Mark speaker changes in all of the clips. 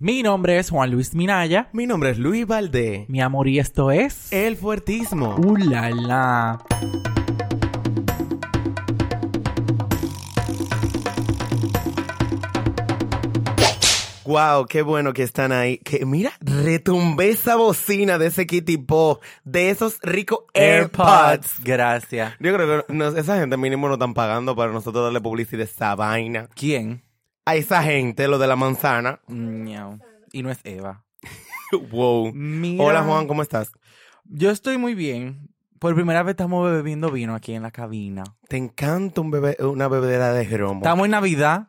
Speaker 1: Mi nombre es Juan Luis Minaya.
Speaker 2: Mi nombre es Luis Valdé.
Speaker 1: Mi amor, y esto es.
Speaker 2: El fuertismo.
Speaker 1: ¡Uh, la, la!
Speaker 2: Wow, qué bueno que están ahí. Que mira, retumbé esa bocina de ese Kitty Pop, de esos ricos AirPods.
Speaker 1: Gracias.
Speaker 2: Yo creo que nos- esa gente mínimo nos están pagando para nosotros darle publicidad a esa vaina.
Speaker 1: ¿Quién?
Speaker 2: A esa gente, lo de la manzana.
Speaker 1: Miau. Y no es Eva.
Speaker 2: wow.
Speaker 1: Mira,
Speaker 2: Hola Juan, ¿cómo estás?
Speaker 1: Yo estoy muy bien. Por primera vez estamos bebiendo vino aquí en la cabina.
Speaker 2: Te encanta un bebé, una bebedera de romo.
Speaker 1: Estamos en Navidad.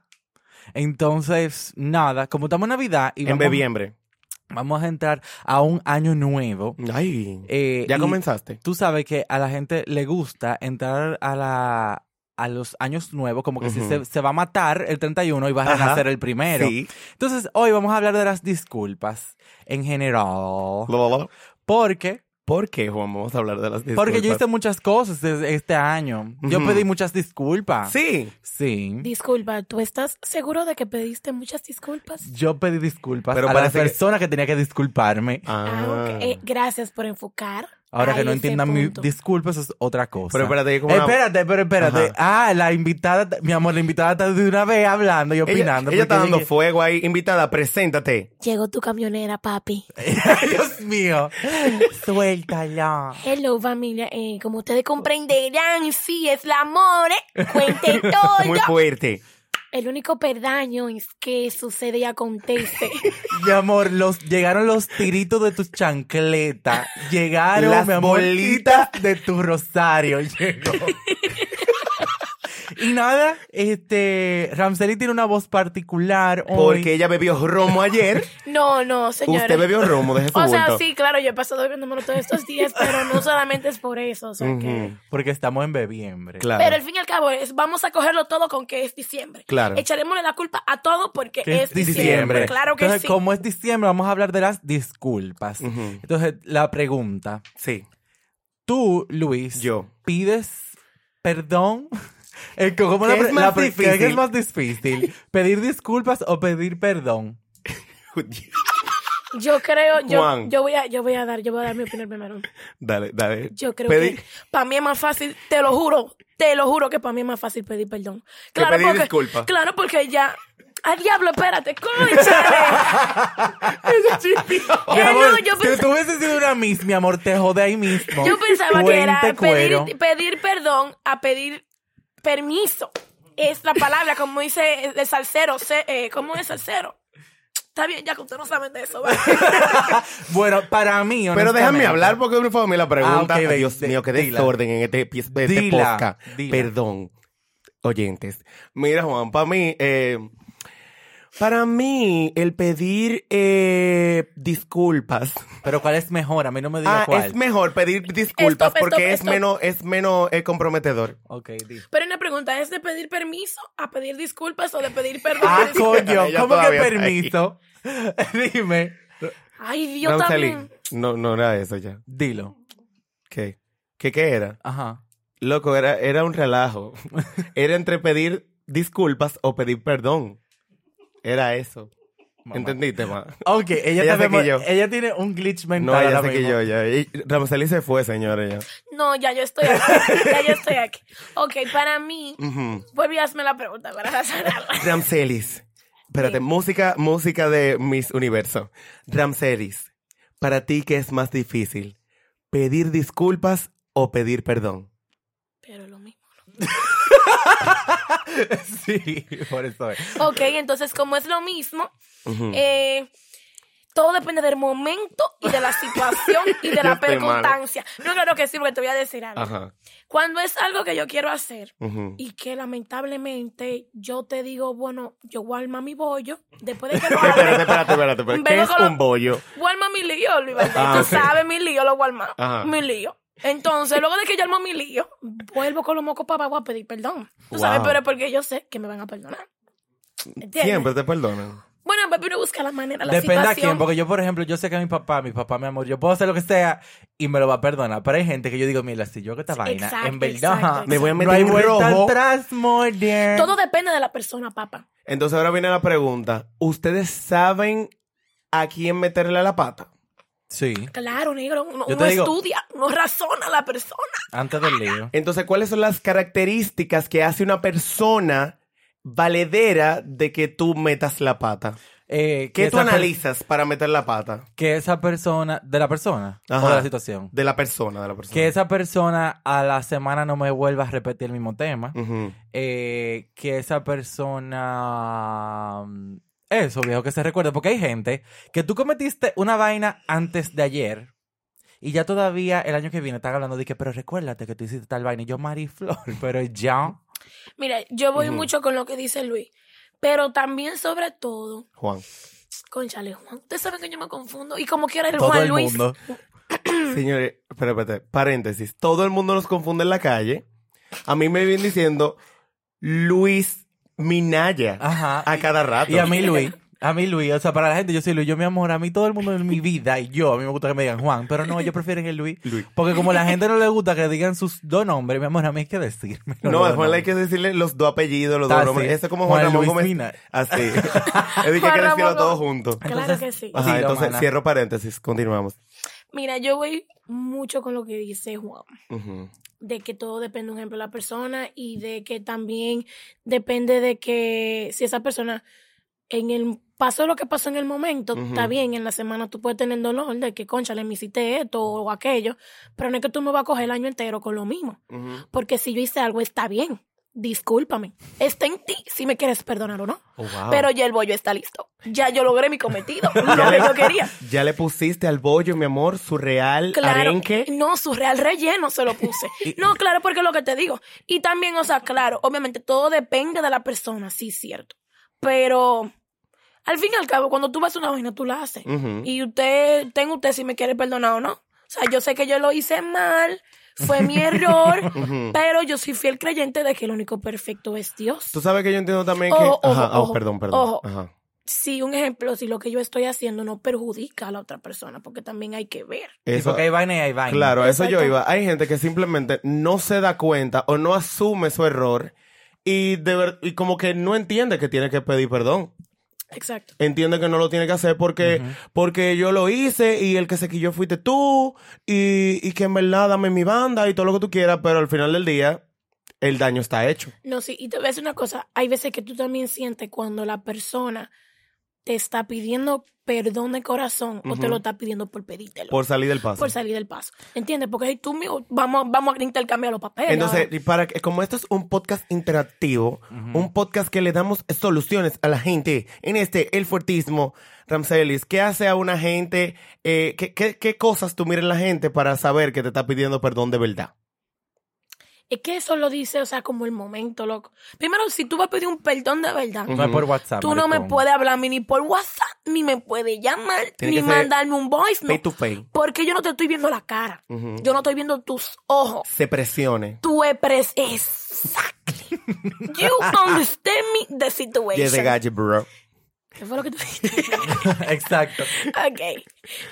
Speaker 1: Entonces, nada, como estamos en Navidad y
Speaker 2: en
Speaker 1: vamos,
Speaker 2: bebiembre.
Speaker 1: vamos a entrar a un año nuevo.
Speaker 2: Ay.
Speaker 1: eh,
Speaker 2: ¿Ya
Speaker 1: y
Speaker 2: comenzaste?
Speaker 1: Tú sabes que a la gente le gusta entrar a la a los años nuevos, como que si
Speaker 2: Ujú.
Speaker 1: se, se va a matar el 31 y va a
Speaker 2: Ajá.
Speaker 1: renacer el primero.
Speaker 2: Sí.
Speaker 1: Entonces, hoy vamos a hablar de las disculpas en general.
Speaker 2: Lo, lo, lo.
Speaker 1: Porque
Speaker 2: ¿Por qué, Juan? Vamos a hablar de las
Speaker 1: porque yo
Speaker 2: disculpas.
Speaker 1: hice muchas cosas desde este año. Yo
Speaker 2: Ujú.
Speaker 1: pedí muchas disculpas.
Speaker 2: Sí.
Speaker 1: Sí.
Speaker 3: Disculpa, ¿tú estás seguro de que pediste muchas disculpas?
Speaker 1: Yo pedí disculpas
Speaker 2: Pero
Speaker 1: a la
Speaker 2: parece que-
Speaker 1: persona que... tenía que disculparme.
Speaker 3: Ah, ok. Eh, gracias por enfocar.
Speaker 1: Ahora que
Speaker 3: ahí
Speaker 1: no
Speaker 3: ese
Speaker 1: entiendan mi
Speaker 3: punto.
Speaker 1: disculpa, eso es otra cosa.
Speaker 2: Pero espérate, que como una-
Speaker 1: Espérate, pero espérate. Ah, la invitada, mi amor, la invitada está de una vez hablando y
Speaker 2: Ella,
Speaker 1: opinando.
Speaker 2: ella está
Speaker 1: porque
Speaker 2: dando
Speaker 1: llegué-
Speaker 2: fuego ahí. Invitada, preséntate.
Speaker 3: Llegó tu camionera, papi.
Speaker 1: Dios mío. Suéltala.
Speaker 3: Hello, familia. Eh, como ustedes comprenderán, sí, es la amor. eh. Cuenten todo.
Speaker 2: Muy fuerte.
Speaker 3: El único perdaño es que sucede y acontece.
Speaker 1: Mi amor, los, llegaron los tiritos de tu chancleta. Llegaron
Speaker 2: Las
Speaker 1: mi amor,
Speaker 2: bolitas.
Speaker 1: de tu rosario. Llegó. y nada, este, Ramseli tiene una voz particular hoy.
Speaker 2: Porque ella bebió romo ayer.
Speaker 3: No, no, señores.
Speaker 2: Usted bebió romo, deje su
Speaker 3: O sea,
Speaker 2: bulto.
Speaker 3: sí, claro, yo he pasado bebiéndomelo todos estos días, pero no solamente es por eso. o sea que-
Speaker 2: Ujú,
Speaker 1: Porque estamos en bebiembre.
Speaker 2: Claro.
Speaker 3: Pero al fin y al cabo, es, vamos a cogerlo todo con que es diciembre.
Speaker 2: Claro.
Speaker 3: Echaremosle la culpa a todo porque
Speaker 1: que
Speaker 3: es diciembre. Claro que
Speaker 1: Entonces,
Speaker 3: sí.
Speaker 1: como es diciembre, vamos a hablar de las disculpas.
Speaker 2: Ujú.
Speaker 1: Entonces, la pregunta.
Speaker 2: Sí.
Speaker 1: Tú, Luis,
Speaker 2: Yo.
Speaker 1: pides perdón. Eh, ¿Cómo la
Speaker 2: ¿Qué
Speaker 1: pre-
Speaker 2: es más
Speaker 1: la pre-
Speaker 2: difícil?
Speaker 1: ¿Qué es más difícil? ¿Pedir disculpas o pedir perdón?
Speaker 3: Yo creo, yo,
Speaker 2: Juan.
Speaker 3: yo voy a, yo voy a dar, yo voy a dar mi opinión primero.
Speaker 2: dale, dale.
Speaker 3: Yo creo
Speaker 2: Pedí-
Speaker 3: que para mí es más fácil, te lo juro, te lo juro que para mí es más fácil pedir perdón.
Speaker 2: Que pedir disculpa.
Speaker 3: Claro, porque ya. ¡Al diablo, espérate! ¡Cónchale!
Speaker 1: Mi
Speaker 3: Eh, no,
Speaker 1: amor,
Speaker 3: yo
Speaker 1: si
Speaker 3: pens-
Speaker 1: tú hubieses sido una Miss, mi amor, te jode ahí mismo.
Speaker 3: Yo pensaba que era
Speaker 1: Puente cuero.
Speaker 3: pedir, pedir perdón a pedir permiso. Es la palabra, como dice el salsero. se- eh, ¿Cómo es salsero? Está bien, ya que ustedes no saben de eso. ¿vale?
Speaker 1: Bueno, para mí,
Speaker 2: Pero déjame
Speaker 1: honestamente,
Speaker 2: hablar porque me fue a mí la pregunta.
Speaker 1: Ah, ok, ve-
Speaker 2: Dios
Speaker 1: de-
Speaker 2: mío, qué
Speaker 1: dila.
Speaker 2: desorden en este, pie- de este
Speaker 1: Dila,
Speaker 2: podcast.
Speaker 1: dila.
Speaker 2: Perdón, oyentes. Mira, Juan, para mí, eh, para mí, el pedir eh, disculpas
Speaker 1: Pero ¿cuál es mejor? A mí no me digas
Speaker 2: ah,
Speaker 1: cuál.
Speaker 2: es mejor pedir disculpas
Speaker 3: Stop, stop,
Speaker 2: porque
Speaker 3: stop.
Speaker 2: es menos, es menos eh, comprometedor.
Speaker 1: Ok, di.
Speaker 3: Pero una pregunta, ¿es de pedir permiso a pedir disculpas o de pedir perdón? a
Speaker 1: Ah,
Speaker 3: pedir-
Speaker 1: coño,
Speaker 2: Ella
Speaker 1: ¿cómo que
Speaker 2: todavía está ahí.
Speaker 1: permiso? Dime.
Speaker 3: Ay, Dios
Speaker 2: Ramseli,
Speaker 3: también.
Speaker 2: no, no era eso ya.
Speaker 1: Dilo.
Speaker 2: ¿Qué? ¿Qué, qué era?
Speaker 1: Ajá.
Speaker 2: Loco, era, era un relajo. era entre pedir disculpas o pedir perdón. Era eso.
Speaker 1: Mamá.
Speaker 2: ¿Entendiste, ma?
Speaker 1: Ok, ella,
Speaker 2: Ella
Speaker 1: está
Speaker 2: se
Speaker 1: demo-
Speaker 2: quilló.
Speaker 1: ella tiene un glitch mental.
Speaker 2: No, ya
Speaker 1: ahora
Speaker 2: sé que
Speaker 1: mismo.
Speaker 2: yo ya. Y Ramseli se fue, señores, ya.
Speaker 3: No, ya yo estoy aquí. ya yo estoy aquí. Ok, para mí,
Speaker 2: Ujú.
Speaker 3: vuelve y hazme la pregunta para razonarla.
Speaker 2: Ramselis. Espérate,
Speaker 3: Sí.
Speaker 2: música, música de Miss Universo. Ramselis, ¿para ti qué es más difícil? ¿Pedir disculpas o pedir perdón?
Speaker 3: Pero lo mismo.
Speaker 1: Sí, por eso es.
Speaker 3: Ok, entonces, como es lo mismo,
Speaker 2: Ujú.
Speaker 3: eh, todo depende del momento y de la situación y de
Speaker 2: Yo
Speaker 3: la
Speaker 2: estoy mal.
Speaker 3: percuntancia. No, claro que sí, porque te voy a decir algo.
Speaker 2: Ajá.
Speaker 3: Cuando es algo que yo quiero hacer
Speaker 2: Ujú.
Speaker 3: y que lamentablemente yo te digo, bueno, yo guarma mi bollo, después de que lo
Speaker 2: Espérate, espérate,
Speaker 3: haga,
Speaker 2: espérate. espérate. ¿Qué
Speaker 3: Vengo
Speaker 2: es
Speaker 3: con la-
Speaker 2: un bollo?
Speaker 3: Walmart mi lío, Luis Valdés.
Speaker 2: Ah,
Speaker 3: Tú
Speaker 2: ok.
Speaker 3: sabes mi lío, lo Walmart.
Speaker 2: Ajá.
Speaker 3: Mi lío. Entonces, luego de que yo armo mi lío, vuelvo con los mocos para abajo a pedir perdón. Tú
Speaker 2: Wow.
Speaker 3: sabes, pero es porque yo sé que me van a perdonar. ¿Entiendes?
Speaker 2: Siempre te perdonan.
Speaker 3: Bueno, pues, papi, uno busca la manera, la
Speaker 1: Depende a
Speaker 3: situación.
Speaker 1: quién, porque yo, por ejemplo, yo sé que mi papá, mi papá, mi amor, yo puedo hacer lo que sea y me lo va a perdonar. Pero hay gente que yo digo, mira, si yo que esta vaina,
Speaker 3: exacto,
Speaker 1: en verdad,
Speaker 3: exacto,
Speaker 2: Me voy a
Speaker 1: no hay
Speaker 2: meter un
Speaker 1: vuelta
Speaker 2: rojo.
Speaker 1: atrás, more.
Speaker 3: Todo depende de la persona, papá.
Speaker 2: Entonces ahora viene la pregunta. ¿Ustedes saben a quién meterle la pata.
Speaker 1: Sí,
Speaker 3: Claro, negro. Uno,
Speaker 1: Yo te
Speaker 3: uno
Speaker 1: digo-
Speaker 3: estudia, uno razona a la persona.
Speaker 1: antes del lío.
Speaker 2: Entonces, ¿cuáles son las características que hace una persona valedera de que tú metas la pata?
Speaker 1: Eh, que
Speaker 2: ¿Qué tú
Speaker 1: esa per-
Speaker 2: analizas para meter la pata?
Speaker 1: Que esa persona, de la persona o
Speaker 2: Ajá.
Speaker 1: de la situación.
Speaker 2: De la persona, de la persona.
Speaker 1: Que esa persona a la semana no me vuelva a repetir el mismo tema.
Speaker 2: Ujú.
Speaker 1: eh, que esa persona... mm, Eso, viejo, que se recuerde. Porque hay gente que tú cometiste una vaina antes de ayer y ya todavía el año que viene están hablando de que, pero recuérdate que tú hiciste tal vaina. Y yo, Mariflor, pero ya...
Speaker 3: Mira, yo voy
Speaker 2: Ujú.
Speaker 3: mucho con lo que dice Luis. Pero también, sobre todo,
Speaker 2: Juan.
Speaker 3: conchale, Juan. Ustedes saben que yo me confundo. Y como quiera el
Speaker 1: Todo
Speaker 3: Juan
Speaker 1: el
Speaker 3: Luis.
Speaker 1: mundo.
Speaker 2: Señores, espera, espérate, paréntesis. Todo el mundo nos confunde en la calle. A mí me vienen diciendo Luis Minaya
Speaker 1: Ajá.
Speaker 2: a cada rato.
Speaker 1: Ah, Y a mí, Luis. A mí, Luis. O sea, para la gente, yo soy Luis. Yo, mi amor, a mí todo el mundo en mi vida y yo, a mí me gusta que me digan Juan. Pero no, yo prefiero el Luis.
Speaker 2: Luis.
Speaker 1: Porque como la gente no le gusta que digan sus dos nombres, mi amor, a mí hay que decirme. los
Speaker 2: No,
Speaker 1: dos
Speaker 2: a Juan le hay
Speaker 1: nombres.
Speaker 2: que decirle los dos apellidos, los
Speaker 1: Ah,
Speaker 2: dos
Speaker 1: sí.
Speaker 2: nombres. Eso es como
Speaker 1: Juan
Speaker 2: Juan, Ramón
Speaker 1: Luis
Speaker 2: Gómez.
Speaker 1: Mina.
Speaker 2: Así. es decir, que hay
Speaker 3: Juan
Speaker 2: que
Speaker 3: Ramón
Speaker 2: decirlo todo
Speaker 3: Gómez.
Speaker 2: juntos.
Speaker 3: Claro que sí.
Speaker 2: Ajá,
Speaker 1: Sí, lo,
Speaker 2: entonces
Speaker 1: mana.
Speaker 2: cierro paréntesis, continuamos.
Speaker 3: Mira, yo voy mucho con lo que dice Juan.
Speaker 2: Ujú.
Speaker 3: de que todo depende, un ejemplo, de la persona y de que también depende de que si esa persona en el pasó lo que pasó en el momento,
Speaker 2: Ujú.
Speaker 3: está bien, en la semana tú puedes tener dolor de que, concha, le hiciste esto o aquello, pero no es que tú me vas a coger el año entero con lo mismo,
Speaker 2: Ujú.
Speaker 3: porque si yo hice algo está bien, discúlpame, está en ti si me quieres perdonar o no,
Speaker 2: Oh, wow.
Speaker 3: pero ya el bollo está listo, ya yo logré mi cometido, lo que yo quería.
Speaker 2: Ya le pusiste al bollo, mi amor, su real
Speaker 3: Claro.
Speaker 2: arenque.
Speaker 3: No, su real relleno se lo puse. no, claro, porque es lo que te digo. Y también, o sea, claro, obviamente todo depende de la persona, sí, cierto. Pero al fin y al cabo, cuando tú vas a una vaina, tú la haces.
Speaker 2: Ujú.
Speaker 3: Y usted, tenga usted si me quiere perdonar o no. O sea, yo sé que yo lo hice mal, fue mi error,
Speaker 2: Ujú.
Speaker 3: pero yo soy fiel creyente de que el único perfecto es Dios.
Speaker 2: Tú sabes que yo entiendo también que.
Speaker 3: Ojo, ojo,
Speaker 2: Ajá, oh,
Speaker 3: ojo,
Speaker 2: perdón, perdón.
Speaker 3: ojo.
Speaker 2: Ajá.
Speaker 3: Si un ejemplo, si lo que yo estoy haciendo no perjudica a la otra persona, porque también hay que ver.
Speaker 1: Sí,
Speaker 2: Eso,
Speaker 1: porque hay vaina y hay vaina.
Speaker 2: Claro, a eso yo
Speaker 3: Exacto.
Speaker 2: iba. Hay gente que simplemente no se da cuenta o no asume su error y, de ver- y como que no entiende que tiene que pedir perdón.
Speaker 3: Exacto.
Speaker 2: Entiende que no lo tiene que hacer porque, porque yo lo hice y el que se quilló fuiste tú y, y que en verdad dame mi banda y todo lo que tú quieras, pero al final del día el daño está hecho.
Speaker 3: No, sí, y te voy a decir una cosa. Hay veces que tú también sientes cuando la persona te está pidiendo perdón de corazón o te lo está pidiendo por pedírtelo, por,
Speaker 2: Por salir del paso.
Speaker 3: salir del paso. ¿Entiendes? Porque si tú mismo, vamos, vamos a intercambiar los papeles.
Speaker 2: Entonces,
Speaker 3: ahora.
Speaker 2: y para que- como esto es un podcast interactivo,
Speaker 1: Mm.
Speaker 2: un podcast que le damos soluciones a la gente. En este, el fuertismo, Ramselis, ¿qué hace a una gente? eh, qué, qué- qué cosas tú miras en la gente para saber que te está pidiendo perdón de verdad?
Speaker 3: es que eso lo dice, o sea, como el momento, loco. Primero, si tú vas a pedir un perdón de verdad,
Speaker 1: No es por WhatsApp.
Speaker 3: tú no me
Speaker 1: maricón.
Speaker 3: puedes hablar a mí ni por WhatsApp, ni me puedes llamar,
Speaker 2: Tiene
Speaker 3: ni
Speaker 2: que ser
Speaker 3: mandarme un voice,
Speaker 2: Pay
Speaker 3: note,
Speaker 2: to pay.
Speaker 3: Porque yo no te estoy viendo la cara.
Speaker 2: Ujú.
Speaker 3: Yo no estoy viendo tus ojos.
Speaker 2: Se presione.
Speaker 3: Tu express exactly. You understand me the
Speaker 2: Yes, I
Speaker 3: situation.
Speaker 2: got you, bro.
Speaker 3: ¿Qué fue lo que tú dijiste?
Speaker 1: Exacto.
Speaker 3: ok.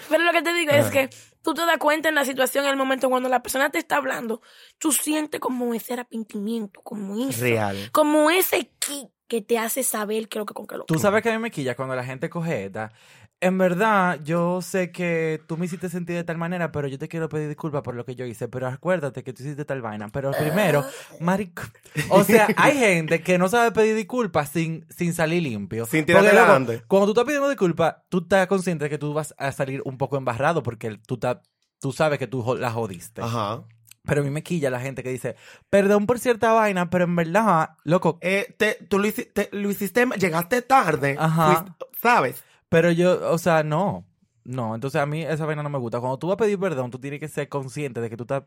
Speaker 3: Pero lo que te digo
Speaker 2: Ah.
Speaker 3: es que tú te das cuenta en la situación, en el momento cuando la persona te está hablando, tú sientes como ese arrepentimiento, como eso,
Speaker 2: Real.
Speaker 3: como ese ki que te hace saber qué es lo que con que lo
Speaker 1: Tú sabes que a mí me quilla cuando la gente coge esta. En verdad, yo sé que tú me hiciste sentir de tal manera, pero yo te quiero pedir disculpas por lo que yo hice. Pero acuérdate que tú hiciste tal vaina. Pero primero, marico. O sea, hay gente que no sabe pedir disculpas sin, sin salir limpio.
Speaker 2: Sin tirarte
Speaker 1: Porque, loco,
Speaker 2: adelante.
Speaker 1: Cuando tú estás pidiendo disculpas, tú estás consciente de que tú vas a salir un poco embarrado porque tú, ta- tú sabes que tú jo- la jodiste.
Speaker 2: Ajá.
Speaker 1: Pero a mí me quilla la gente que dice, perdón por cierta vaina, pero en verdad, loco,
Speaker 2: Eh, te- tú lo hiciste, lo hiciste- llegaste tarde.
Speaker 1: Ajá.
Speaker 2: Fuiste- ¿Sabes?
Speaker 1: Pero yo, o sea, no. No, entonces a mí esa vaina no me gusta. Cuando tú vas a pedir perdón, tú tienes que ser consciente de que tú estás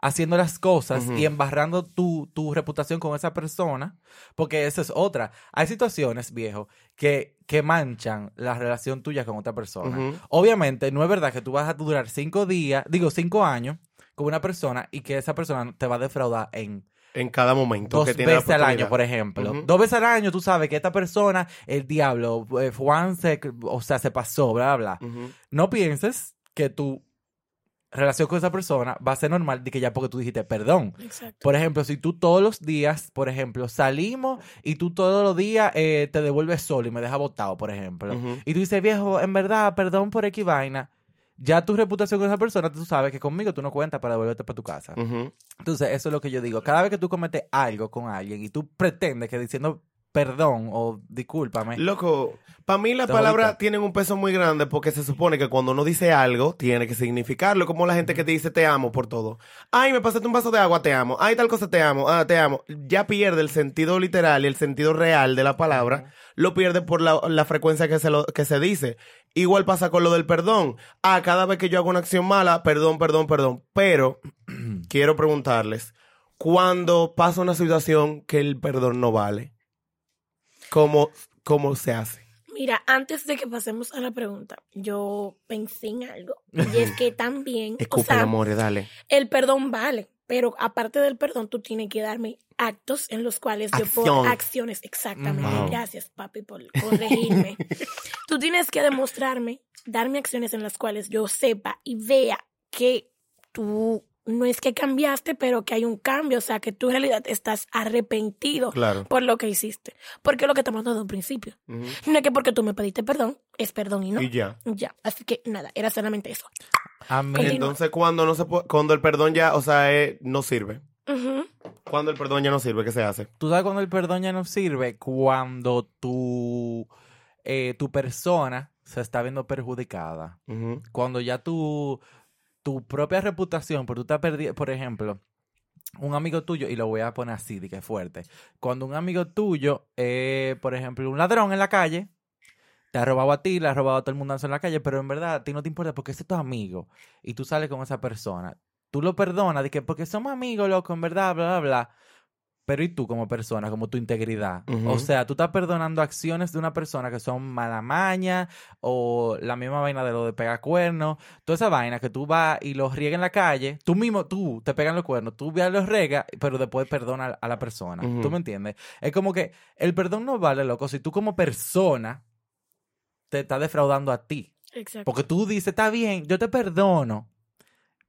Speaker 1: haciendo las cosas
Speaker 2: Ujú.
Speaker 1: y embarrando tu, tu reputación con esa persona, porque esa es otra. Hay situaciones, viejo, que, que manchan la relación tuya con otra persona.
Speaker 2: Ujú.
Speaker 1: Obviamente, no es verdad que tú vas a durar cinco días, digo, cinco años con una persona y que esa persona te va a defraudar en
Speaker 2: En cada momento.
Speaker 1: dos
Speaker 2: que tiene la
Speaker 1: veces al año,
Speaker 2: oportunidad.
Speaker 1: por ejemplo.
Speaker 2: Ujú.
Speaker 1: Dos veces al año tú sabes que esta persona, el diablo, eh, Juan, se, o sea, se pasó, bla, bla. bla.
Speaker 2: Ujú.
Speaker 1: No pienses que tú relación con esa persona va a ser normal de que ya porque tú dijiste perdón.
Speaker 3: Exacto.
Speaker 1: Por ejemplo, si tú todos los días, por ejemplo, salimos y tú todos los días eh, te devuelves solo y me dejas botado, por ejemplo,
Speaker 2: Ujú.
Speaker 1: y tú dices, viejo, en verdad, perdón por X vaina, ya tu reputación con esa persona, tú sabes que conmigo tú no cuentas para devolverte para tu casa.
Speaker 2: Ujú.
Speaker 1: Entonces, eso es lo que yo digo. Cada vez que tú cometes algo con alguien y tú pretendes que diciendo perdón o discúlpame,
Speaker 2: Loco, para mí las
Speaker 1: Te
Speaker 2: palabras
Speaker 1: jodiste.
Speaker 2: tienen un peso muy grande porque se supone que cuando uno dice algo tiene que significarlo, como la gente que te dice te amo por todo. Ay, me pasaste un vaso de agua, te amo. Ay, tal cosa, te amo. Ah, te amo. Ya pierde el sentido literal y el sentido real de la palabra, lo pierde por la, la frecuencia que se, lo, que se dice. Igual pasa con lo del perdón. Ah, cada vez que yo hago una acción mala, perdón, perdón, perdón. Pero quiero preguntarles, ¿cuándo pasa una situación que el perdón no vale? ¿Cómo, cómo se hace?
Speaker 3: Mira, antes de que pasemos a la pregunta, yo pensé en algo. Y es que también, o
Speaker 2: Escupe,
Speaker 3: sea,
Speaker 2: amores, dale.
Speaker 3: el perdón vale, pero aparte del perdón, tú tienes que darme actos en los cuales yo puedo...
Speaker 2: Acción.
Speaker 3: Acciones, exactamente.
Speaker 2: Wow.
Speaker 3: Gracias, papi, por corregirme. tú tienes que demostrarme, darme acciones en las cuales yo sepa y vea que tú... No es que cambiaste, pero que hay un cambio, o sea, que tú en realidad estás arrepentido
Speaker 2: Claro.
Speaker 3: por lo que hiciste. Porque es lo que estamos hablando desde un principio. No es que porque tú me pediste perdón, es perdón y no.
Speaker 2: Y ya.
Speaker 3: Ya. Así que nada, era solamente eso.
Speaker 1: a mí
Speaker 3: Continúa.
Speaker 2: Entonces, cuando no se puede- cuando el perdón ya, o sea, eh, no sirve.
Speaker 3: Ujú.
Speaker 2: Cuando el perdón ya no sirve, ¿qué se hace?
Speaker 1: Tú sabes cuando el perdón ya no sirve, cuando tu, eh, tu persona se está viendo perjudicada.
Speaker 2: Ujú.
Speaker 1: Cuando ya tu, tu propia reputación, por tú estás perdi- por ejemplo, un amigo tuyo, y lo voy a poner así, de que fuerte. Cuando un amigo tuyo, eh, por ejemplo, un ladrón en la calle, te ha robado a ti, le ha robado a todo el mundo en la calle, pero en verdad a ti no te importa porque ese es tu amigo y tú sales con esa persona. Tú lo perdonas, de que porque somos amigos, loco, en verdad, bla, bla, bla. Pero ¿y tú como persona, como tu integridad?
Speaker 2: Ujú.
Speaker 1: O sea, tú estás perdonando acciones de una persona que son mala maña o la misma vaina de lo de pegar cuernos. Toda esa vaina que tú vas y los riegas en la calle, tú mismo, tú te pegan los cuernos, tú vas y los riegas, pero después perdona a la persona.
Speaker 2: Ujú.
Speaker 1: ¿Tú me entiendes? Es como que el perdón no vale, loco, si tú como persona te está defraudando a ti.
Speaker 3: Exacto.
Speaker 1: Porque tú dices, está bien, yo te perdono.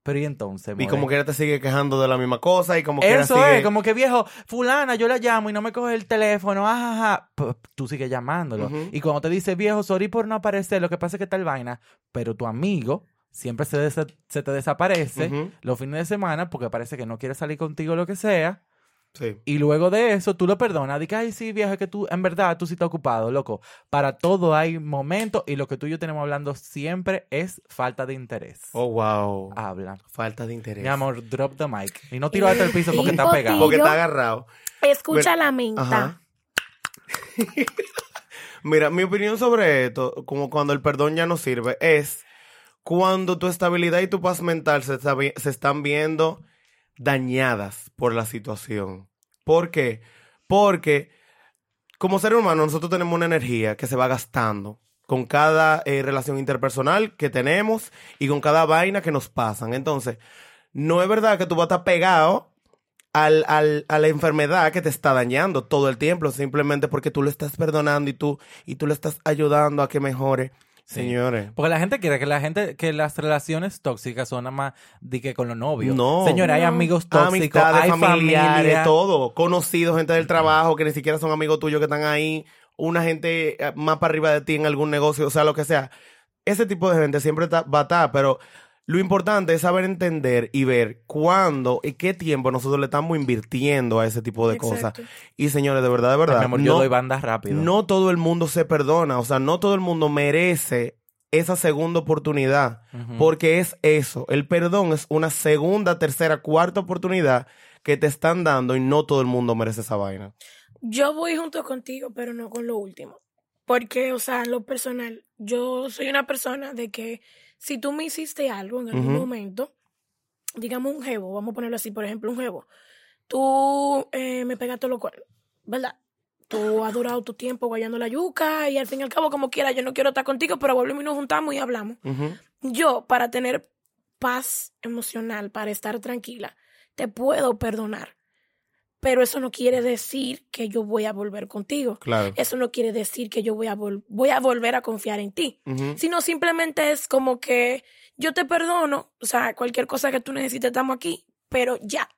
Speaker 1: Pero y entonces,
Speaker 2: Y
Speaker 1: more?
Speaker 2: como quiera te sigue quejando de la misma cosa y como quiera
Speaker 1: Eso
Speaker 2: sigue...
Speaker 1: es, como que viejo, fulana, yo la llamo y no me coge el teléfono, ajaja. P- Tú sigues llamándolo.
Speaker 2: Ujú.
Speaker 1: Y cuando te dice, viejo, sorry por no aparecer, lo que pasa es que tal vaina. Pero tu amigo siempre se, desa- se te desaparece
Speaker 2: Ujú.
Speaker 1: los fines de semana porque parece que no quiere salir contigo lo que sea.
Speaker 2: Sí.
Speaker 1: Y luego de eso, tú lo perdonas. Dices, ay, sí, viejo, es que tú, en verdad, tú sí estás ocupado, loco. Para todo hay momentos y lo que tú y yo tenemos hablando siempre es falta de interés.
Speaker 2: Oh, wow.
Speaker 1: Habla.
Speaker 2: Falta de interés.
Speaker 1: Ah. Mi amor, drop the mic. Y no tiro hasta el piso porque está
Speaker 3: Hipotiroideo.
Speaker 1: pegado.
Speaker 2: Porque está agarrado.
Speaker 3: Escucha
Speaker 2: Bueno,
Speaker 3: la menta.
Speaker 2: Ajá. Mira, mi opinión sobre esto, como cuando el perdón ya no sirve, es cuando tu estabilidad y tu paz mental se, está vi- se están viendo dañadas por la situación. ¿Por qué? Porque como ser humano nosotros tenemos una energía que se va gastando con cada eh, relación interpersonal que tenemos y con cada vaina que nos pasan. Entonces, no es verdad que tú vas a estar pegado al, al- a la enfermedad que te está dañando todo el tiempo, simplemente porque tú lo estás perdonando y tú, y tú lo estás ayudando a que mejore.
Speaker 1: Sí.
Speaker 2: Señores.
Speaker 1: Porque la gente quiere que la gente, que las relaciones tóxicas son nada más de que con los novios.
Speaker 2: No.
Speaker 1: Señora, hay
Speaker 3: No.
Speaker 1: amigos tóxicos, hay
Speaker 2: amistades, familiares,
Speaker 1: familia.
Speaker 2: todo. Conocidos, gente del trabajo que ni siquiera son amigos tuyos que están ahí. Una gente eh, más para arriba de ti en algún negocio, o sea, lo que sea. Ese tipo de gente siempre está- va a estar, pero lo importante es saber entender y ver cuándo y qué tiempo nosotros le estamos invirtiendo a ese tipo de cosas.
Speaker 3: Exacto.
Speaker 2: Y señores, de verdad, de verdad.
Speaker 1: Ay, mi amor, yo doy bandas rápido.
Speaker 2: No todo el mundo se perdona, o sea, no todo el mundo merece esa segunda oportunidad,
Speaker 1: Ujú.
Speaker 2: porque es eso, el perdón es una segunda, tercera, cuarta oportunidad que te están dando y no todo el mundo merece esa vaina.
Speaker 3: Yo voy junto contigo, pero no con lo último. Porque, o sea, en lo personal, yo soy una persona de que si tú me hiciste algo en algún
Speaker 2: Ujú.
Speaker 3: momento, digamos un jevo, vamos a ponerlo así, por ejemplo, un jevo, tú eh, me pegaste lo cual, ¿verdad? Tú has durado tu tiempo guayando la yuca y al fin y al cabo, como quiera, yo no quiero estar contigo, pero volvemos y nos juntamos y hablamos.
Speaker 2: Ujú.
Speaker 3: Yo, para tener paz emocional, para estar tranquila, te puedo perdonar. Pero eso no quiere decir que yo voy a volver contigo.
Speaker 2: Claro.
Speaker 3: Eso no quiere decir que yo voy a, vol- voy a volver a confiar en ti.
Speaker 2: Ujú.
Speaker 3: Sino simplemente es como que yo te perdono, o sea, cualquier cosa que tú necesites estamos aquí, pero ya.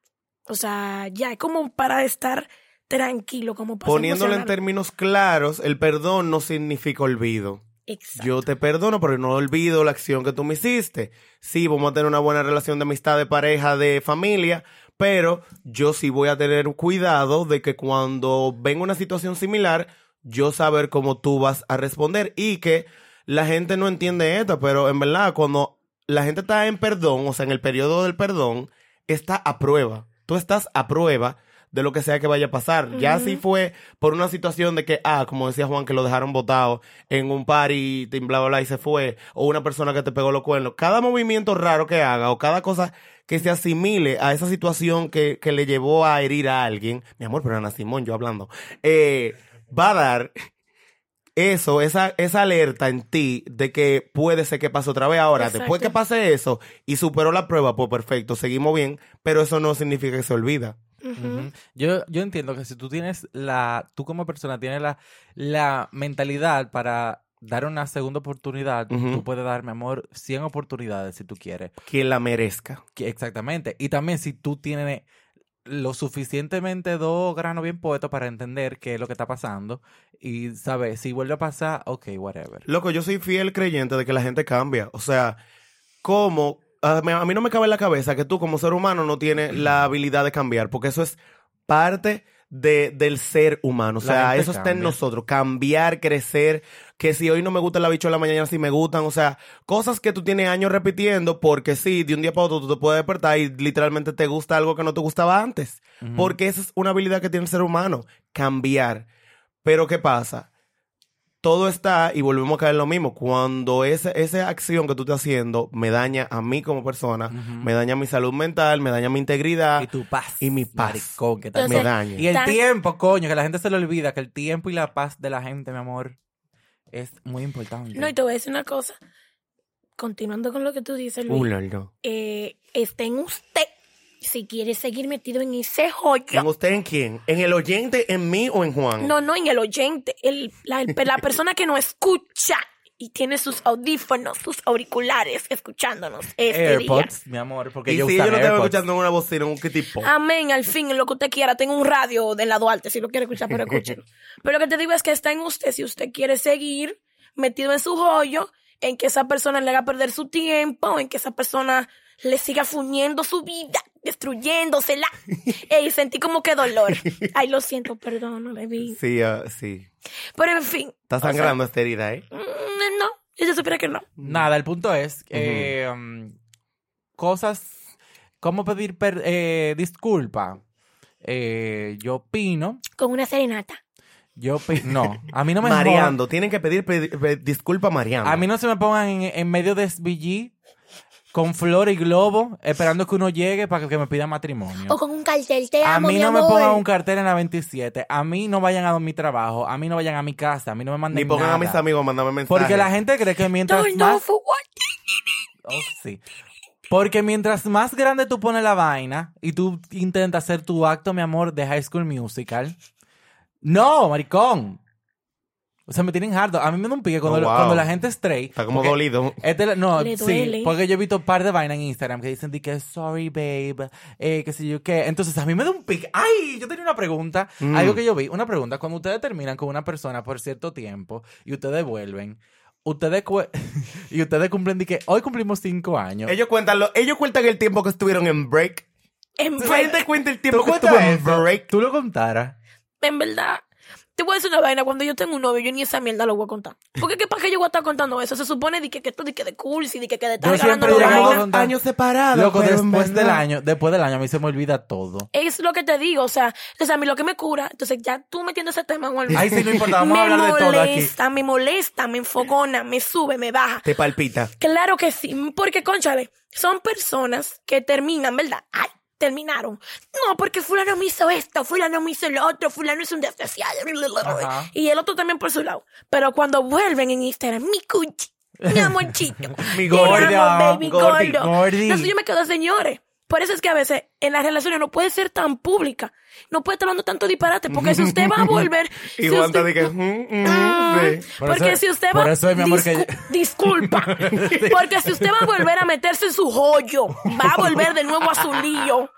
Speaker 3: O sea, ya es como para estar tranquilo, como para
Speaker 2: Poniéndolo en
Speaker 3: emocional.
Speaker 2: términos claros, el perdón no significa olvido.
Speaker 3: Exacto.
Speaker 2: Yo te perdono, pero no olvido la acción que tú me hiciste. Sí, vamos a tener una buena relación de amistad, de pareja, de familia, pero yo sí voy a tener cuidado de que cuando venga una situación similar, yo saber cómo tú vas a responder y que la gente no entiende esto, pero en verdad, cuando la gente está en perdón, o sea, en el periodo del perdón, está a prueba. Tú estás a prueba de lo que sea que vaya a pasar. Ya si fue por una situación de que, ah, como decía Juan, que lo dejaron botado en un party, tin, bla, bla, bla, y se fue, o una persona que te pegó los cuernos. Cada movimiento raro que haga o cada cosa que se asimile a esa situación que, que le llevó a herir a alguien, mi amor, pero Ana Simón, yo hablando, eh, va a dar eso, esa, esa alerta en ti de que puede ser que pase otra vez. Ahora,
Speaker 3: Exacto.
Speaker 2: después que pase eso y superó la prueba, pues perfecto, seguimos bien, pero eso no significa que se olvida.
Speaker 1: Ujú. Yo, yo entiendo que si tú tienes la, tú como persona tienes la, la mentalidad para dar una segunda oportunidad,
Speaker 2: Ujú.
Speaker 1: tú puedes dar, mi amor, 100 oportunidades si tú quieres.
Speaker 2: Que la merezca.
Speaker 1: Que- exactamente. Y también si tú tienes lo suficientemente dos granos bien puestos para entender qué es lo que está pasando y sabes, si vuelve a pasar, ok, whatever.
Speaker 2: Loco, yo soy fiel creyente de que la gente cambia. O sea, como a mí, a mí no me cabe en la cabeza que tú como ser humano no tienes la habilidad de cambiar, porque eso es parte de- del ser humano. O
Speaker 1: La
Speaker 2: sea,
Speaker 1: gente
Speaker 2: eso está en
Speaker 1: cambia.
Speaker 2: nosotros, cambiar, crecer, que si hoy no me gusta la bichola, mañana sí me gustan. O sea, cosas que tú tienes años repitiendo, porque sí, de un día para otro tú te puedes despertar y literalmente te gusta algo que no te gustaba antes.
Speaker 1: Ujú.
Speaker 2: Porque esa es una habilidad que tiene el ser humano, cambiar. Pero ¿qué pasa? Todo está, y volvemos a caer en lo mismo, cuando ese- esa acción que tú estás haciendo me daña a mí como persona,
Speaker 1: Ujú.
Speaker 2: me daña mi salud mental, me daña mi integridad,
Speaker 1: Y tu paz.
Speaker 2: y mi paz.
Speaker 1: maricón, que
Speaker 3: Entonces,
Speaker 1: también-
Speaker 2: me daña.
Speaker 1: Y el
Speaker 3: Tan-
Speaker 1: tiempo, coño, que la gente se le olvida que el tiempo y la paz de la gente, mi amor, es muy importante.
Speaker 3: No, y te voy a decir una cosa. Continuando con lo que tú dices, Luis.
Speaker 2: Uh, lolo.
Speaker 3: eh, está en usted si quiere seguir metido en ese joyo.
Speaker 2: ¿En usted en quién? ¿En el oyente, en mí o en Juan?
Speaker 3: No, no, en el oyente, el- la, el- la persona que no escucha y tiene sus audífonos, sus auriculares, escuchándonos este día.
Speaker 1: AirPods, mi amor, porque
Speaker 2: y si yo
Speaker 1: yo
Speaker 2: no
Speaker 1: usan
Speaker 2: estaba
Speaker 1: AirPods.
Speaker 2: escuchando en una bocina, en un tipo.
Speaker 3: Amén, al fin, lo que usted quiera. Tengo un radio del lado alto, si lo quiere escuchar, pero escúchelo. pero lo que te digo es que está en usted, si usted quiere seguir metido en su joyo, en que esa persona le haga perder su tiempo, en que esa persona le siga fuñendo su vida, destruyéndosela. y sentí como que dolor. Ay, lo siento, perdón, no le vi.
Speaker 2: Sí, ah, sí.
Speaker 3: Pero en fin.
Speaker 2: Está
Speaker 3: o sea,
Speaker 2: sangrando esta herida, ¿eh?
Speaker 3: mm, no, yo ya supiera que no.
Speaker 1: Nada, el punto es eh, um, cosas cómo pedir per- eh, disculpa. Eh, yo opino,
Speaker 3: Con una serenata.
Speaker 1: yo opi- no, a mí no me
Speaker 2: Mareando. Tienen que pedir pe- pe- disculpa
Speaker 1: jodan.
Speaker 2: mareando.
Speaker 1: a mí no se me pongan en, en medio de SBG con flor y globo esperando que uno llegue para que me pida matrimonio.
Speaker 3: O con un cartel, te
Speaker 1: A
Speaker 3: amo,
Speaker 1: mí
Speaker 3: mi
Speaker 1: no me
Speaker 3: amor.
Speaker 1: pongan un cartel en la 27. A mí no vayan a mi trabajo. A mí no vayan a mi casa. A mí no me manden
Speaker 2: Ni pongan
Speaker 1: nada.
Speaker 2: a mis amigos, mándame mensajes.
Speaker 1: Porque la gente cree que mientras
Speaker 3: Turn
Speaker 1: más...
Speaker 3: off what?
Speaker 1: Oh, sí. Porque mientras más grande tú pones la vaina y tú intentas hacer tu acto, mi amor, de High School Musical. No, maricón. O sea, me tienen harto. A mí me da un pique cuando,
Speaker 2: Oh,
Speaker 1: lo-
Speaker 2: wow.
Speaker 1: cuando la gente stray.
Speaker 2: Está como
Speaker 1: porque
Speaker 2: dolido.
Speaker 1: este la- no,
Speaker 3: Le
Speaker 1: sí,
Speaker 3: duele.
Speaker 1: porque yo he visto un par de vainas en Instagram que dicen de que sorry babe, eh, que sé yo qué. Entonces a mí me da un pique. Ay, yo tenía una pregunta,
Speaker 2: Mm.
Speaker 1: algo que yo vi, una pregunta. Cuando ustedes terminan con una persona por cierto tiempo y ustedes vuelven, ustedes cu- y ustedes cumplen de que hoy cumplimos cinco años.
Speaker 2: Ellos cuentan, lo- ellos cuentan el tiempo que estuvieron en break.
Speaker 3: En
Speaker 2: La gente cuenta el tiempo que
Speaker 1: cuentas
Speaker 2: estuvo en
Speaker 1: eso?
Speaker 2: break.
Speaker 1: Tú lo contaras.
Speaker 3: en verdad, te voy a decir una vaina, cuando yo tengo un novio, yo ni esa mierda lo voy a contar. Porque qué para qué yo voy a estar contando eso? Se supone di que, que esto di que de cursi, di que, que de estar
Speaker 1: Yo
Speaker 3: regalando
Speaker 1: siempre
Speaker 3: la
Speaker 1: llegaba
Speaker 3: vaina.
Speaker 1: donde- Años
Speaker 3: Ah,
Speaker 2: separados.
Speaker 1: Loco, después del año, después del año a mí se me olvida todo.
Speaker 3: Es lo que te digo, o sea, entonces a mí lo que me cura, entonces ya tú metiendo ese tema, Juan Luis.
Speaker 1: Ay, sí, no importa, vamos a
Speaker 3: me
Speaker 1: hablar de todo aquí.
Speaker 3: molesta, me molesta, me enfogona, me sube, me baja.
Speaker 2: Te palpita.
Speaker 3: Claro que sí, porque, conchale, son personas que terminan, ¿verdad? Ay, terminaron. No, porque fulano me hizo esto, fulano me hizo lo otro, fulano es un desgraciado.
Speaker 1: Ajá.
Speaker 3: Y el otro también por su lado. Pero cuando vuelven en Instagram, mi cuchi, mi amorchito,
Speaker 1: Mi
Speaker 3: te amo,
Speaker 1: gorda,
Speaker 3: baby
Speaker 1: gordi,
Speaker 3: gordo.
Speaker 1: gordi.
Speaker 3: Entonces yo me quedo, señores. Por eso es que a veces en las relaciones no puede ser tan pública. No puede estar hablando tanto disparate, porque si usted va a volver...
Speaker 2: Y
Speaker 3: si
Speaker 2: Wanda
Speaker 3: usted-
Speaker 2: de que... mm, mm,
Speaker 3: Ah,
Speaker 2: sí.
Speaker 1: Por
Speaker 3: porque
Speaker 1: eso-
Speaker 3: si usted va
Speaker 1: por eso es, mi amor, que
Speaker 3: discu- disculpa porque si usted va a volver a meterse en su joyo va a volver de nuevo a su lío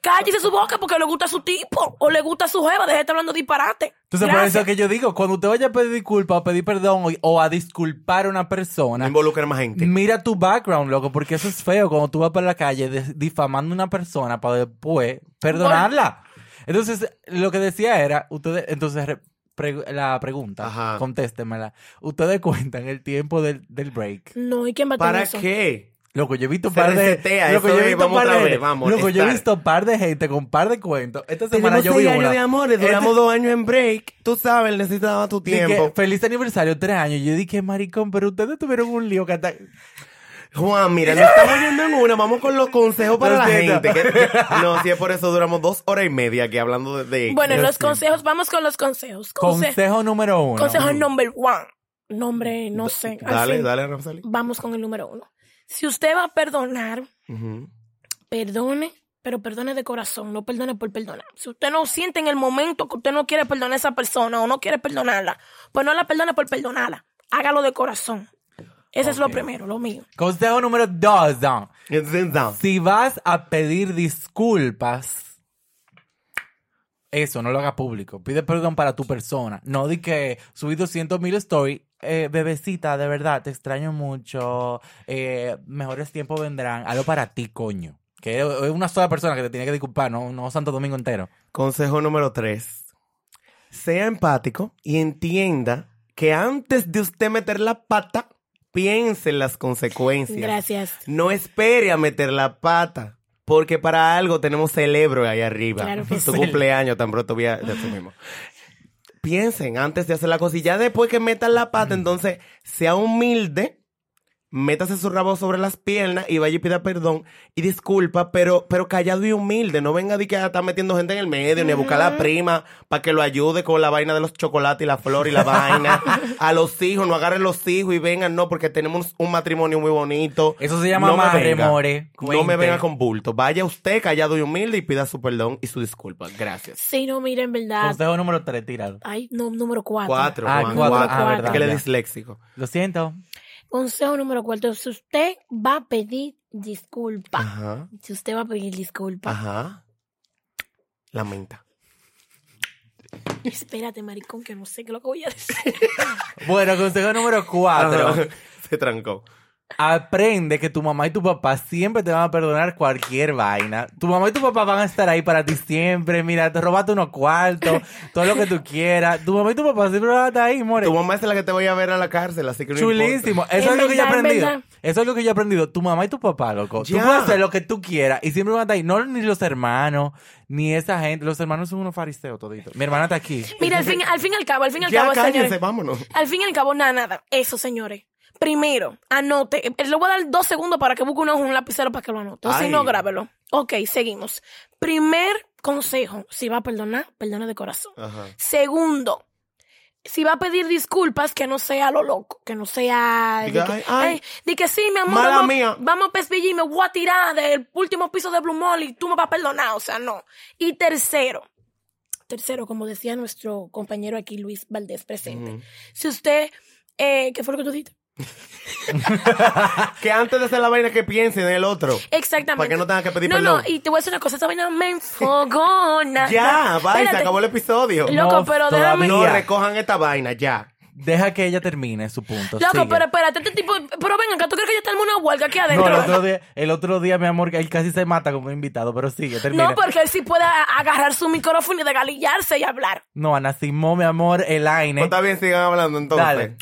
Speaker 3: cállese su boca porque le gusta su tipo o le gusta su jeva deje de estar hablando disparate
Speaker 1: Entonces, por
Speaker 3: Gracias.
Speaker 1: eso es que yo digo, cuando usted vaya a pedir disculpas o pedir perdón o, o a disculpar a una persona,
Speaker 2: Involucra más gente.
Speaker 1: mira tu background, loco, porque eso es feo cuando tú vas por la calle des- difamando a una persona para después perdonarla. Entonces, lo que decía era, ustedes, entonces re- pre- la pregunta,
Speaker 2: Ajá.
Speaker 1: contéstemela. Ustedes cuentan el tiempo del, del break.
Speaker 3: no y quién va a tener
Speaker 2: ¿Para
Speaker 3: eso
Speaker 2: qué?
Speaker 1: Loco, yo he visto un
Speaker 2: Se
Speaker 1: par de.
Speaker 2: resetea,
Speaker 1: loco,
Speaker 2: eso
Speaker 1: yo
Speaker 2: es,
Speaker 1: he visto
Speaker 2: vamos
Speaker 1: par
Speaker 2: otra
Speaker 1: de-
Speaker 2: vez, vamos,
Speaker 1: Loco, yo he
Speaker 2: estar.
Speaker 1: visto par de gente con par de cuentos. Esta semana
Speaker 2: Tenemos
Speaker 1: yo vi
Speaker 2: seis
Speaker 1: una.
Speaker 2: años de amores,
Speaker 1: Este-
Speaker 2: duramos dos años en break. Tú sabes, necesitaba tu
Speaker 1: Dije,
Speaker 2: tiempo.
Speaker 1: feliz aniversario, tres años. Y Yo dije, maricón, pero ustedes tuvieron un lío que hasta...
Speaker 2: Juan, mira, nos estamos yendo en una. Vamos con los consejos para
Speaker 1: Lo
Speaker 2: la
Speaker 1: siento.
Speaker 2: gente. que- que- no, si es por eso duramos dos horas y media aquí hablando de... de-
Speaker 3: bueno
Speaker 2: de-
Speaker 3: los consejos vamos con los consejos Conse-
Speaker 1: Este. Consejo número uno.
Speaker 3: consejo number one nombre no sé al
Speaker 2: Dale,
Speaker 3: fin.
Speaker 2: dale, Ramsali.
Speaker 3: vamos con el número uno si usted va a perdonar
Speaker 2: Ujú.
Speaker 3: perdone, pero perdone de corazón, no perdone por perdonar. Si usted no siente en el momento que usted no quiere perdonar a esa persona o no quiere perdonarla, pues no la perdone por perdonarla. Hágalo de corazón. Ese es lo primero, lo mío.
Speaker 1: Consejo número dos. Don.
Speaker 2: Entonces, no.
Speaker 1: Si vas a pedir disculpas, eso, no lo haga público. Pide perdón para tu persona. No di que subí 200 mil stories. Eh, bebecita, de verdad, te extraño mucho. Eh, mejores tiempos vendrán. Hazlo para ti, coño. Que es una sola persona que te tiene que disculpar, no, no Santo Domingo entero.
Speaker 2: Consejo número tres. Sea empático y entienda que antes de usted meter la pata, piense en las consecuencias.
Speaker 3: Gracias.
Speaker 2: No espere a meter la pata. Porque para algo tenemos cerebro ahí arriba.
Speaker 3: Claro que
Speaker 2: tu
Speaker 3: sí.
Speaker 2: cumpleaños tan pronto voy a- de eso mismo. Piensen antes de hacer la cosa. Y ya después que metan la pata, entonces sea humilde, métase su rabo sobre las piernas y vaya y pida perdón y disculpa, pero, pero callado y humilde. No venga de que ah, está metiendo gente en el medio, ni a buscar a la prima para que lo ayude con la vaina de los chocolates y la flor y la vaina. a los hijos, no agarren los hijos y vengan, no, porque tenemos un matrimonio muy bonito.
Speaker 1: Eso se llama
Speaker 2: me
Speaker 1: amarre,
Speaker 2: venga.
Speaker 1: more.
Speaker 2: No me
Speaker 1: Cuente.
Speaker 2: venga con bulto. Vaya usted callado y humilde y pida su perdón y su disculpa. Gracias.
Speaker 3: Sí, no, mira, en verdad.
Speaker 1: Consejo número tres, tirado.
Speaker 3: Ay, no, número cuatro.
Speaker 2: Cuatro,
Speaker 1: Ah,
Speaker 2: Juan,
Speaker 1: cuatro.
Speaker 2: cuatro.
Speaker 3: Ah,
Speaker 2: Es que le
Speaker 1: verdad, ya.
Speaker 2: disléxico.
Speaker 1: Lo siento.
Speaker 3: Consejo número cuatro. Si usted va a pedir disculpa,
Speaker 2: Ajá. Ah.
Speaker 3: si usted va a pedir disculpa,
Speaker 2: Ajá. Lamenta.
Speaker 3: espérate, maricón, que no sé qué es lo que voy a decir.
Speaker 1: Bueno, consejo número cuatro.
Speaker 2: Ajá. Se trancó.
Speaker 1: Aprende que tu mamá y tu papá siempre te van a perdonar cualquier vaina. Tu mamá y tu papá van a estar ahí para ti siempre. Mira, te robaste unos cuartos, todo lo que tú quieras. Tu mamá y tu papá siempre van a estar ahí, more.
Speaker 2: Tu mamá es la que te voy a ver a la cárcel, así que no importa.
Speaker 1: Chulísimo. Eso
Speaker 3: En
Speaker 1: es lo que yo he
Speaker 3: verdad, en
Speaker 1: aprendido.
Speaker 3: verdad.
Speaker 1: Eso es lo que yo he aprendido. Tu mamá y tu papá, loco.
Speaker 2: Ya.
Speaker 1: Tú puedes hacer lo que tú quieras y siempre van a estar ahí. No ni los hermanos, ni esa gente. Los hermanos son unos fariseos toditos. Mi hermana está aquí.
Speaker 3: Mira, al fin, al fin y al cabo, al fin y al
Speaker 2: Ya
Speaker 3: cabo, señores.
Speaker 2: cállense, vámonos.
Speaker 3: Al fin y al cabo, nada, nada. Eso, señores. Primero, anote. Eh, Le voy a dar dos segundos para que busque un ojo, un lapicero para que lo anote. O Si
Speaker 2: Ay.
Speaker 3: no, grábelo. Ok, seguimos. Primer consejo. Si va a perdonar, perdona de corazón.
Speaker 2: Ajá.
Speaker 3: Segundo, si va a pedir disculpas, que no sea lo loco, que no sea... de
Speaker 2: Diga,
Speaker 3: que,
Speaker 2: "Ay, ay,
Speaker 3: "Ay, di que sí, mi amor,
Speaker 2: mala
Speaker 3: vamos,
Speaker 2: mía".
Speaker 3: vamos a Pesville y me voy a tirar del último piso de Blue Mall y tú me vas a perdonar, o sea, no. Y tercero, tercero, como decía nuestro compañero aquí, Luis Valdés, presente, si usted... Eh, ¿Qué fue lo que tú dijiste?
Speaker 2: Que antes de hacer la vaina que piensen en el otro.
Speaker 3: Exactamente.
Speaker 2: Para que no tenga que pedir
Speaker 3: No,
Speaker 2: perdón.
Speaker 3: no, y te voy a decir una cosa, esa vaina me enfogona.
Speaker 2: Ya, bye, se
Speaker 3: Espérate.
Speaker 2: acabó el episodio.
Speaker 1: Lo-
Speaker 3: Loco,
Speaker 1: No,
Speaker 3: pero déjame...
Speaker 1: todavía.
Speaker 2: No
Speaker 1: Ya.
Speaker 2: recojan esta vaina, ya.
Speaker 1: Deja que ella termine su punto.
Speaker 3: Loco,
Speaker 1: Sigue.
Speaker 3: pero espérate, este tipo... Pero venga, acá, ¿tú crees que yo tengo una huelga aquí
Speaker 1: No,
Speaker 3: adentro?
Speaker 1: el otro, día, el otro día, mi amor, que él casi se mata como invitado, pero sigue, termina.
Speaker 3: No, porque él sí puede a- agarrar su micrófono y degalillarse y hablar.
Speaker 1: No, Ana Simó, mi amor, el
Speaker 2: Pues
Speaker 1: Aine.
Speaker 2: está bien, sigan hablando entonces.
Speaker 1: Dale.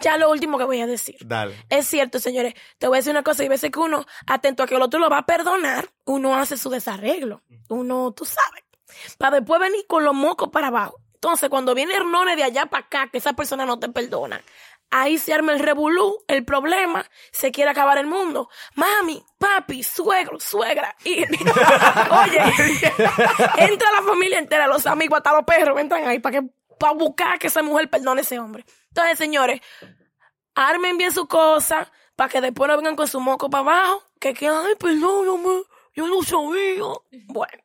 Speaker 3: Ya lo último que voy a decir.
Speaker 2: Dale.
Speaker 3: Es cierto, señores, te voy a decir una cosa, y veces que uno, atento a que el otro lo va a perdonar, uno hace su desarreglo. Uno, tú sabes, para después venir con los mocos para abajo. Entonces, cuando viene Hernones de allá para acá, que esa persona no te perdona, ahí se arma el revolú, el problema, se quiere acabar el mundo. Mami, papi, suegro, suegra. Y, oye, entra la familia entera, los amigos, hasta los perros, entran ahí para que para buscar que esa mujer perdone a ese hombre. Entonces, señores, armen bien su cosa para que después no vengan con su moco para abajo. Que que, ay, perdóname. Yo no sabía. Bueno,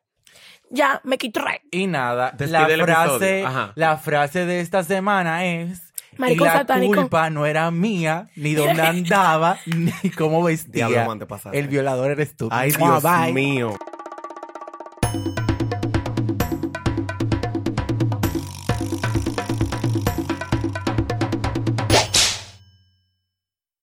Speaker 3: ya me quito right.
Speaker 1: Y nada,
Speaker 2: Despide
Speaker 1: la
Speaker 2: el episodio.
Speaker 1: frase,
Speaker 2: Ajá.
Speaker 1: la frase de esta semana es...
Speaker 3: Maricón
Speaker 1: y la
Speaker 3: satánico.
Speaker 1: culpa no era mía, ni dónde andaba, ni cómo vestía.
Speaker 2: eh. Diablo, man, te pasaste.
Speaker 1: El violador eres tú.
Speaker 2: Ay,
Speaker 1: Mua,
Speaker 2: Dios
Speaker 1: bye.
Speaker 2: mío.